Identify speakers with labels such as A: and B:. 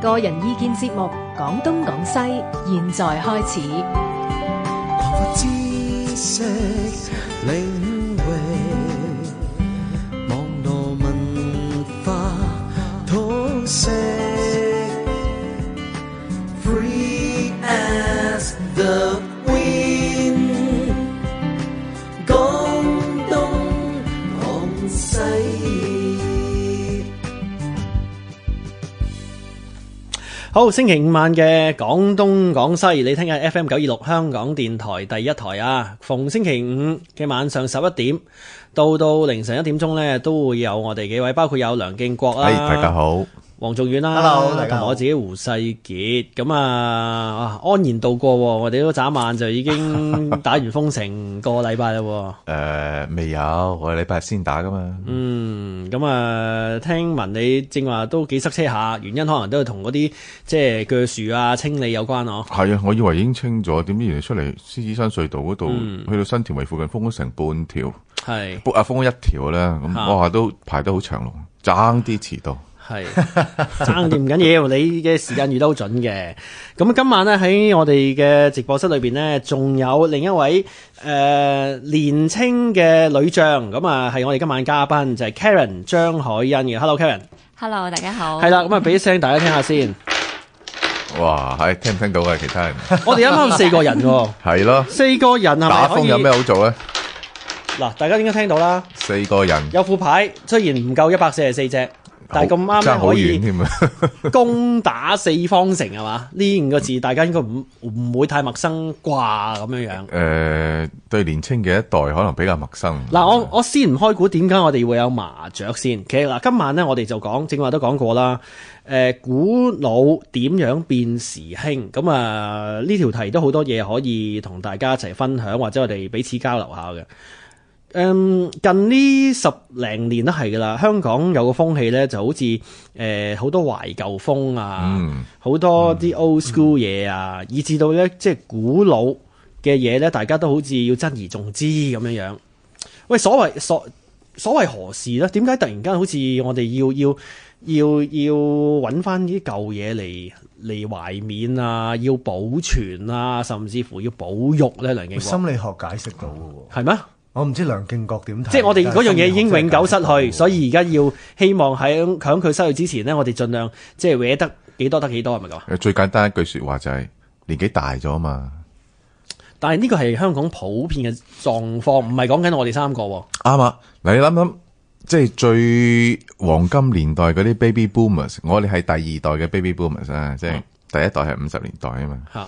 A: 個人意見節目《廣東廣西》，現在開始。
B: 擴闊知識領域，網絡文化通識，free as the wind。廣東廣西。
C: 好，星期五晚嘅廣東廣西，你聽緊 FM 九二六香港電台第一台啊！逢星期五嘅晚上十一點到到凌晨一點鐘呢，都會有我哋幾位，包括有梁敬國啦、
D: 係哎大家好，
C: 黃仲遠啦
E: Hello，大家好
C: 同埋我自己胡世傑，咁啊啊安然度過喎，我哋都眨眼就已經打完封城個禮拜啦喎。
D: 诶、呃未有，我哋禮拜日先打噶嘛，
C: 嗯，咁啊，聽聞你正話都幾塞車下，原因可能都係同嗰啲即係鋸樹啊、清理有關哦。
D: 係啊，我以為已經清咗，點知原來出嚟獅子山隧道嗰度，
C: 嗯
D: 去到新田圍附近封咗成半條，
C: 係。
D: 不啊封咗一條啦，
C: 嚇
D: 咁哇都排得好長龍，爭啲遲到，
C: 係 爭啲唔緊要，你嘅時間預得好準嘅。咁今晚咧喺我哋嘅直播室裏邊咧，仲有另一位誒、呃年青嘅女將，咁啊係我哋今晚嘉賓就係、Karen 張海欣嘅。Hello Karen，
F: Hello，大家好。
C: 係啦，咁啊俾聲大家聽下先。
D: 哇，係聽唔聽到啊？其 他人
C: 我哋啱啱四個人 喎，
D: 係咯，
C: 四個人係咪
D: 打
C: 可
D: 風有咩
C: 以？
D: 好做咧？啊
C: 嗱，大家應該聽到啦，
D: 四個人，
C: 有副牌，雖然唔夠一百四十四隻，但係咁
D: 好
C: 啱
D: 爭
C: 咧
D: 好
C: 可以
D: 遠。添啊！
C: 攻打四方城係嘛？呢五個字大家應該唔唔會太陌生啩咁樣樣。
D: 诶、對年青嘅一代可能比較陌生。
C: 嗱，我我先唔開估點解我哋會有麻雀先。其實嗱，今晚咧我哋就講，正話都講過啦。誒、古老點樣變時興？咁啊，呢條題都好多嘢可以同大家一齊分享，或者我哋彼此交流下嘅。嗯，近呢十零年都係噶啦，香港有個風氣咧，就好似誒好多懷舊風啊，
D: 嗯
C: 好、多啲 old school 嘢啊，以至到咧即係古老嘅嘢咧，大家都好似要珍而重之咁樣樣。喂，所謂所所謂何事咧？點解突然間好似我哋要要要要揾翻啲舊嘢嚟嚟懷緬啊，要保存啊，甚至乎要保育咧？梁敬國
E: 心理學解釋到嘅喎，
C: 係咩？
E: 我唔知梁敬國點睇。
C: 即係我哋嗰樣嘢已經永久失去，所
E: 以
C: 以而家要希望喺響佢失去之前咧，我哋盡量即係搲得幾多得幾多係咪咁啊？
D: 誒最簡單一句说話就係年紀大咗嘛，
C: 但係呢個係香港普遍嘅狀況，唔係講緊我哋三個喎。
D: 啱啊！嗱，你諗諗，即係最黃金年代嗰啲 baby boomers，我哋係第二代嘅 baby boomers 啊，即係第一代係五十年代啊嘛。
C: 嚇